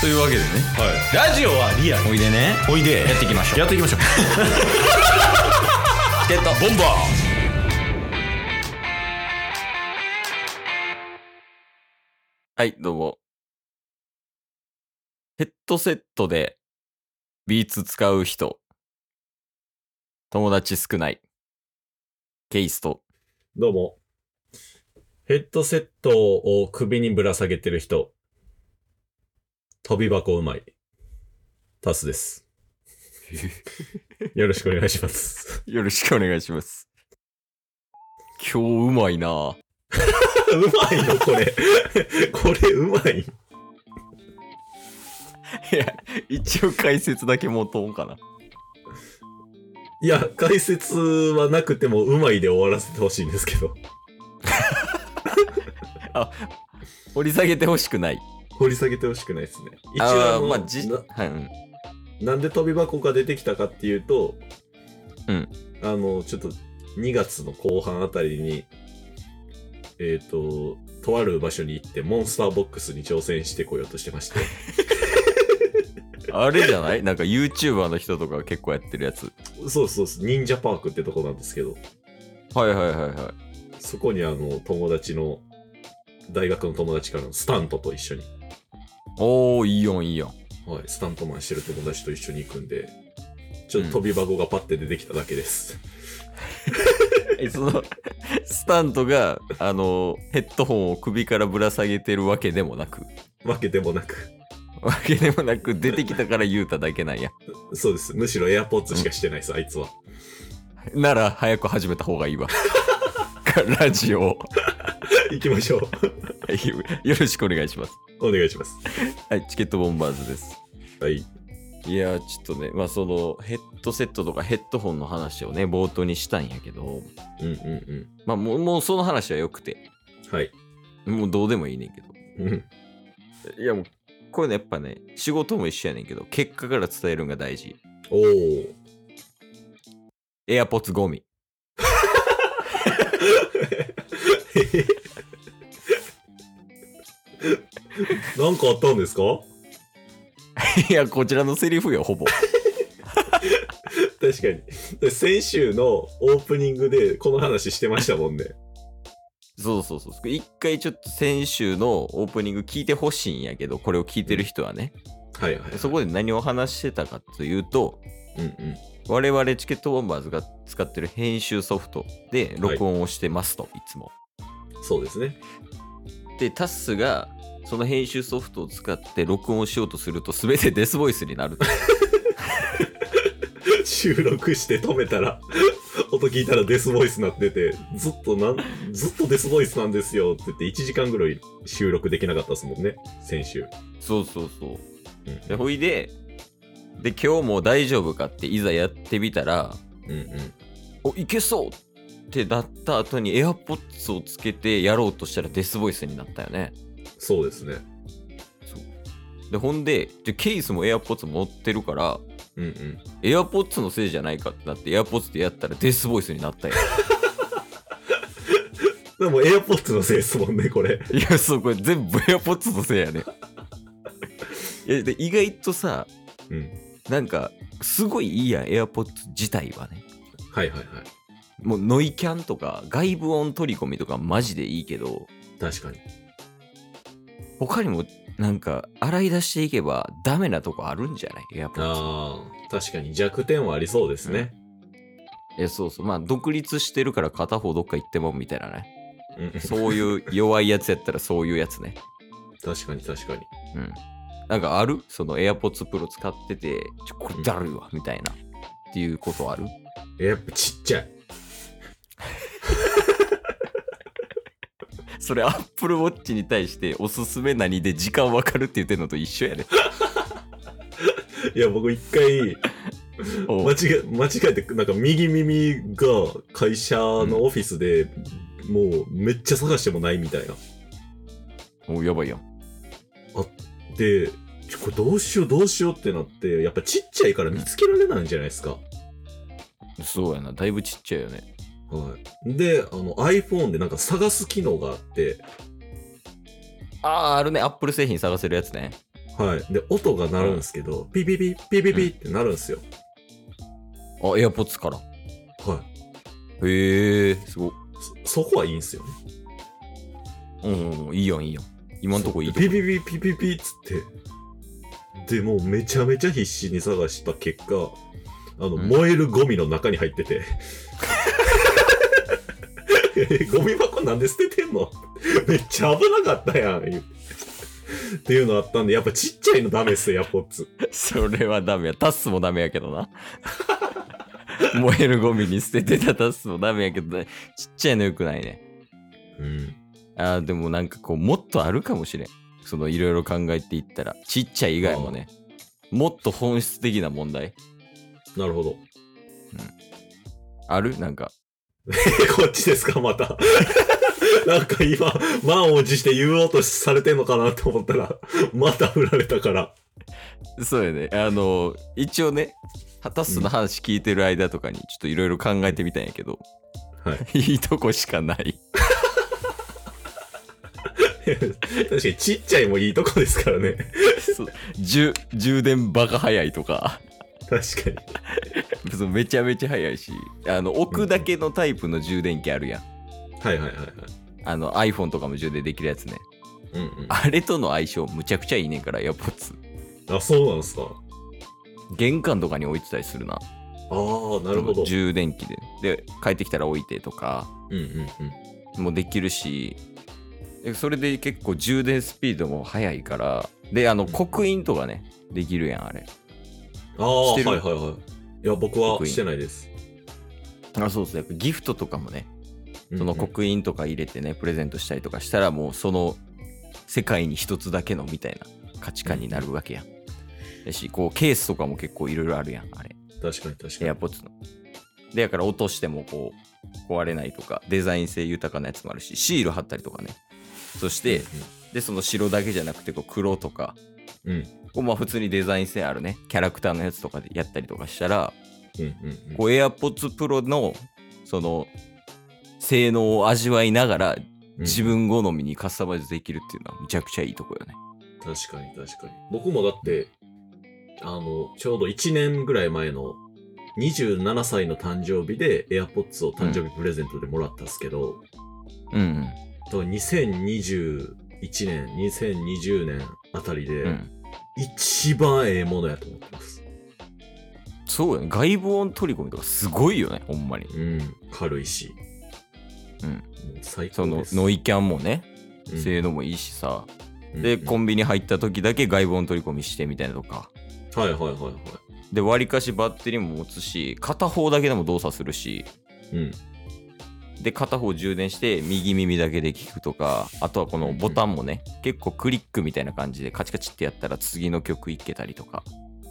というわけでねラジオはリアルおいでねおいでやっていきましょうやっていきましょう チケットボンバーはいどうもヘッドセットでビーツ使う人友達少ないケイストどうも。ヘッドセットを首にぶら下げてる人。飛び箱うまい。タ スです。よろしくお願いします。よろしくお願いします今日うまいなうまいのこれ。これうまい。いや一応解説だけ持とうかないや、解説はなくてもうまいで終わらせてほしいんですけど。掘り下げてほしくない掘り下げてほしくないですね。一あー応あのまあじなはいうんなんで飛び箱が出てきたかっていうと、うんあの、ちょっと2月の後半あたりに、えっ、と、とある場所に行ってモンスターボックスに挑戦してこようとして まして。あれじゃない なんか YouTuber の人とか結構やってるやつ。そうそうそう、忍者パークってとこなんですけど、はいはいはいはそこにあの、友達の、大学の友達からのスタントと一緒に、い。おー、いいよんいいよん。はい、スタントマンしてる友達と一緒に行くんで、ちょっと飛び箱がパッて出てきただけです。え、その、スタントが、あの、ヘッドホンを首からぶら下げてるわけでもなく、わけでもなく。わけでもなく、出てきたから言うただけなんや。そうです。むしろエアポッツしかしてないです、あい つは。なら、早く始めた方がいいわ。 ラジオを。 行きましょう。よろしくお願いします。お願いします。はい、チケットボンバーズです。はい。いやー、ちょっとね、まあ、その、ヘッドセットとかヘッドホンの話をね、冒頭にしたんやけど、うんうんうん。まあ、もう、もうその話は良くて、はい。もうどうでもいいねんけど。うん。いやもう、こういうのやっぱね、仕事も一緒やねんけど、結果から伝えるのが大事。おお。エアポッツゴミ。 なんかあったんですかいや、こちらのセリフよ、ほぼ。確かに。で先週のオープニングでこの話してましたもんね。そうそうそう。一回ちょっと先週のオープニング聞いてほしいんやけど、これを聞いてる人はね、はいはい。そこで何を話してたかというと、うんうん。我々チケットボンバーズが使ってる編集ソフトで録音をしてますと、い、つも。そうですね。で、タッスが、その編集ソフトを使って録音をしようとすると、全てデスボイスになる。収録して止めたら、音聞いたらデスボイスなってて、ずっとなん、ずっとデスボイスなんですよって言って1時間ぐらい収録できなかったですもんね。先週。そうそうそう。うんでほいでで今日もう大丈夫かっていざやってみたらうんうん。おいけそうってなった後に AirPods をつけてやろうとしたらデスボイスになったよねそうですね。でほんででケースも AirPods 持ってるからうんうん。 AirPods のせいじゃないかってなって AirPods でやったらデスボイスになったよでも AirPods のせいですもんね、これ。いやそうこれ全部 AirPods のせいやねいやで意外とさうん。なんかすごいいいやん AirPods 自体はねはいはいはい。もうノイキャンとか外部音取り込みとかマジでいいけど確かに。他にもなんか洗い出していけばダメなとこあるんじゃないエアポッツああ、確かに弱点はありそうですね。えそうそうまあ独立してるから片方どっか行ってもみたいなねうん、そういう弱いやつやったらそういうやつね確かに確かに。うんなんかあるその AirPods Pro 使っててちょこれだるいわみたいなっていうことあるやっぱちっちゃい。それ Apple Watch に対しておすすめ何で時間わかるって言ってんのと一緒やねいや、僕一回、お間う違え、間違えて、なんか右耳が会社のオフィスで、もうめっちゃ探してもないみたいな。おうやばいやんで、ちょこれどうしようどうしようってなって、やっぱちっちゃいから見つけられないんじゃないですか。そうやなだいぶちっちゃいよねはい。で、あの iPhone でなんか探す機能があって、あああるね Apple 製品探せるやつねはい。で、音が鳴るんですけど、ピピピ、ピピピって鳴るんですよ。あ、エアポッツから。はい。へえ、すごっ。そ、そこはいいんですよね。うんうんうん、いいやん、いいやん。今んとこいいとピこ。ピピピピピっつって。で、もうめちゃめちゃ必死に探した結果、あの、うん燃えるゴミの中に入ってて。えゴミ箱なんで捨ててんのめっちゃ危なかったやん。言うっていうのあったんで、やっぱちっちゃいのダメっすよ、エアポッツ。 それはダメや。タスもダメやけど な。燃えるゴミに捨ててたタスもダメやけど、ちっちゃいのよくないね。うん。あーでもなんかこう、もっとあるかもしれん。そのいろいろ考えていったら、ちっちゃい以外もね、もっと本質的な問題なるほど。あるなんか。こっちですか、また。なんか今、満を持して言おうとされてんのかなと思ったら、また振られたから。そうやね。あの、一応ね、タスの話聞いてる間とかに、ちょっといろいろ考えてみたんやけど、、は いいとこしかない。確かにちっちゃいもいいとこですからね。そう充充電バカ早いとか。 確かに。そうめちゃめちゃ早いしあの置くだけのタイプの充電器あるやんはいはいはいはい。あの iPhone とかも充電できるやつねうんうん。あれとの相性むちゃくちゃいいねんからエアポッツあ、そうなんですか。玄関とかに置いてたりするなああ、なるそほのど。充電器でで帰ってきたら置いてとかうんうんうん。もできるしでそれで結構充電スピードも速いからであの刻印とかねできるやんあれああ、しはているはいはい。いや、僕はしてないです。あそうそうやっぱギフトとかもねそのうんうん刻印とか入れてねプレゼントしたりとかしたらもうその世界に一つだけのみたいな価値観になるわけやん。だしこうケースとかも結構いろいろあるやんあれ確かに確かに。 AirPods の。でやから落としてもこう壊れないとかデザイン性豊かなやつもあるしシール貼ったりとかねそしてでその白だけじゃなくてこう黒とかうんうんこうまあ普通にデザイン性あるねキャラクターのやつとかでやったりとかしたらうんうんうん。こう AirPods Pro のその性能を味わいながら自分好みにカスタマイズできるっていうのはめちゃくちゃいいとこよね。うん確かに確かに。僕もだって、あの、ちょうど1年ぐらい前の27歳の誕生日で AirPods を誕生日プレゼントでもらったんですけど、うんと2021年、2020年あたりで、うん。うん、一番ええものやと思ってます。そうよね。外部音取り込みとかすごいよね、ほんまに。うん。軽いし。うんもう最そ高のです。ノイキャンもね、うん性能もいいしさ。うんで、うんコンビニ入った時だけ外部音取り込みしてみたいなとか。はいはいはいはで、割りかしバッテリーも持つし、片方だけでも動作するし、い。うん。で、片方充電して右耳だけで聞くとか、あとはこのボタンもね、結構クリックみたいな感じでカチカチってやったら次の曲いけたりとか。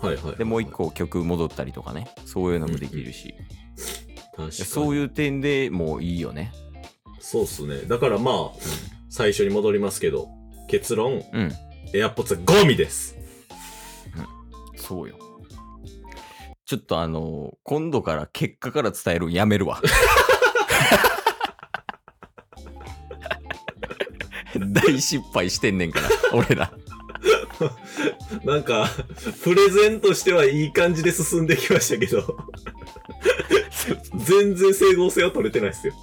はいはいはい。で、もう一。個曲戻ったりとかね、そういうのもできるし。確かに。そういう点でもういいよね。そうっすね。だからまあ、最初に戻りますけど、結論、うん。 AirPods はゴミです。そうよ。ちょっとあのー今度から結果から伝えるんやめる わ。大失敗してんねんから、俺ら。なんか、 プレゼントしてはいい感じで進んできました けど、全然整合性は取れてないっすよ。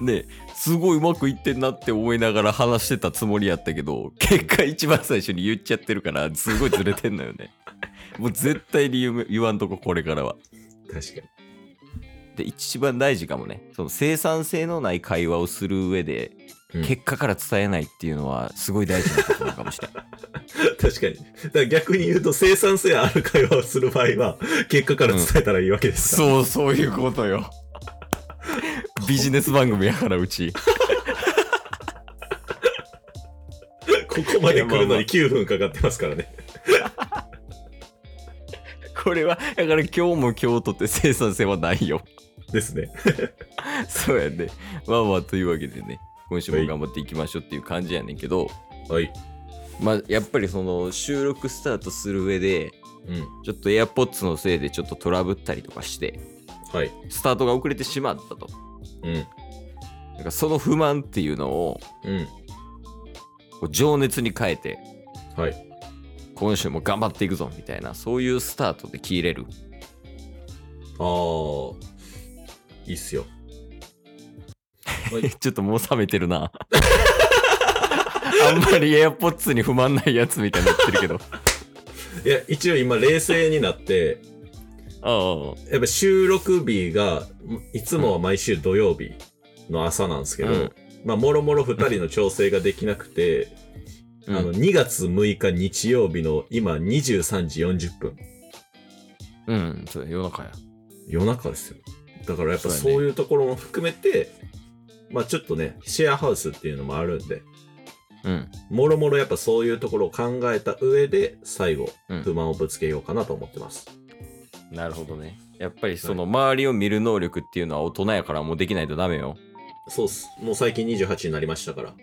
ねすごいうまくいってんなって思いながら話してたつもりやったけど、結果一番最初に言っちゃってるから、すごいずれてんのよね。 もう絶対に言う言わんとこ、これからは。確かに。で一番大事かもねその生産性のない会話をする上で、うん結果から伝えないっていうのはすごい大事なことなのかもしれない確かに。だから逆に言うと生産性ある会話をする場合は、結果から伝えたらいいわけですか、 そうそういうことよ ビジネス番組やからうちここまで来るのに9分かかってますからね。 これはだから今日も今日とって生産性はないよですね。 そうやねまあまあというわけでね今週も頑張っていきましょうっていう感じやねんけど、はい。まあやっぱりその収録スタートする上でうん。ちょっと AirPods のせいでちょっとトラブったりとかしてはい。スタートが遅れてしまったとうん。なんかその不満っていうのをうん。こう情熱に変えてはい。今週も頑張っていくぞみたいなそういうスタートで切れる ああ、いいっすよ。 えちょっともう冷めてるな あんまり AirPods に不満ないやつみたいになって るけどいや、一応今冷静になって、あやっぱ収録日が、いつもは毎週土曜日の朝なんですけど、うんまあ、もろもろ二人の調整ができなくて、あ、うんあの、2月6日日曜日の今23時40分。うんそう夜中や夜中ですよ。だからやっそぱうそやねういうところも含めて、まあちょっとね、シェアハウスっていうのもあるんで、うんもろもろやっぱそういうところを考えた上で、最後うん、不満をぶつけようかなと思ってます。なるほどねやっぱりその周りを見る能力っていうのは大人やからもうできないとダメよそうっす。もう最近28になりましたから。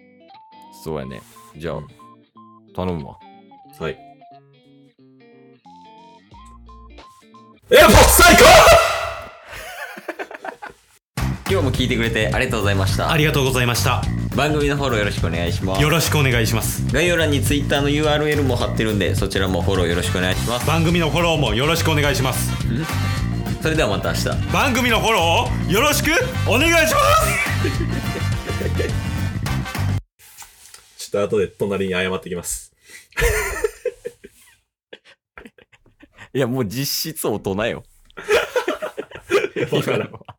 そうやねじゃあうん頼むわはい。エアポッ最高今日も聞いてくれてありがとうございましたありがとうございました番組のフォローよろしくお願いしますよろしくお願いします概要欄に Twitter の URL も貼ってるんでそちらもフォローよろしくお願いします番組のフォローもよろしくお願いしますそれではまた明日番組のフォローをよろしくお願いしますちょっと後で隣に謝ってきます。いやもう実質大人よ わから今んのは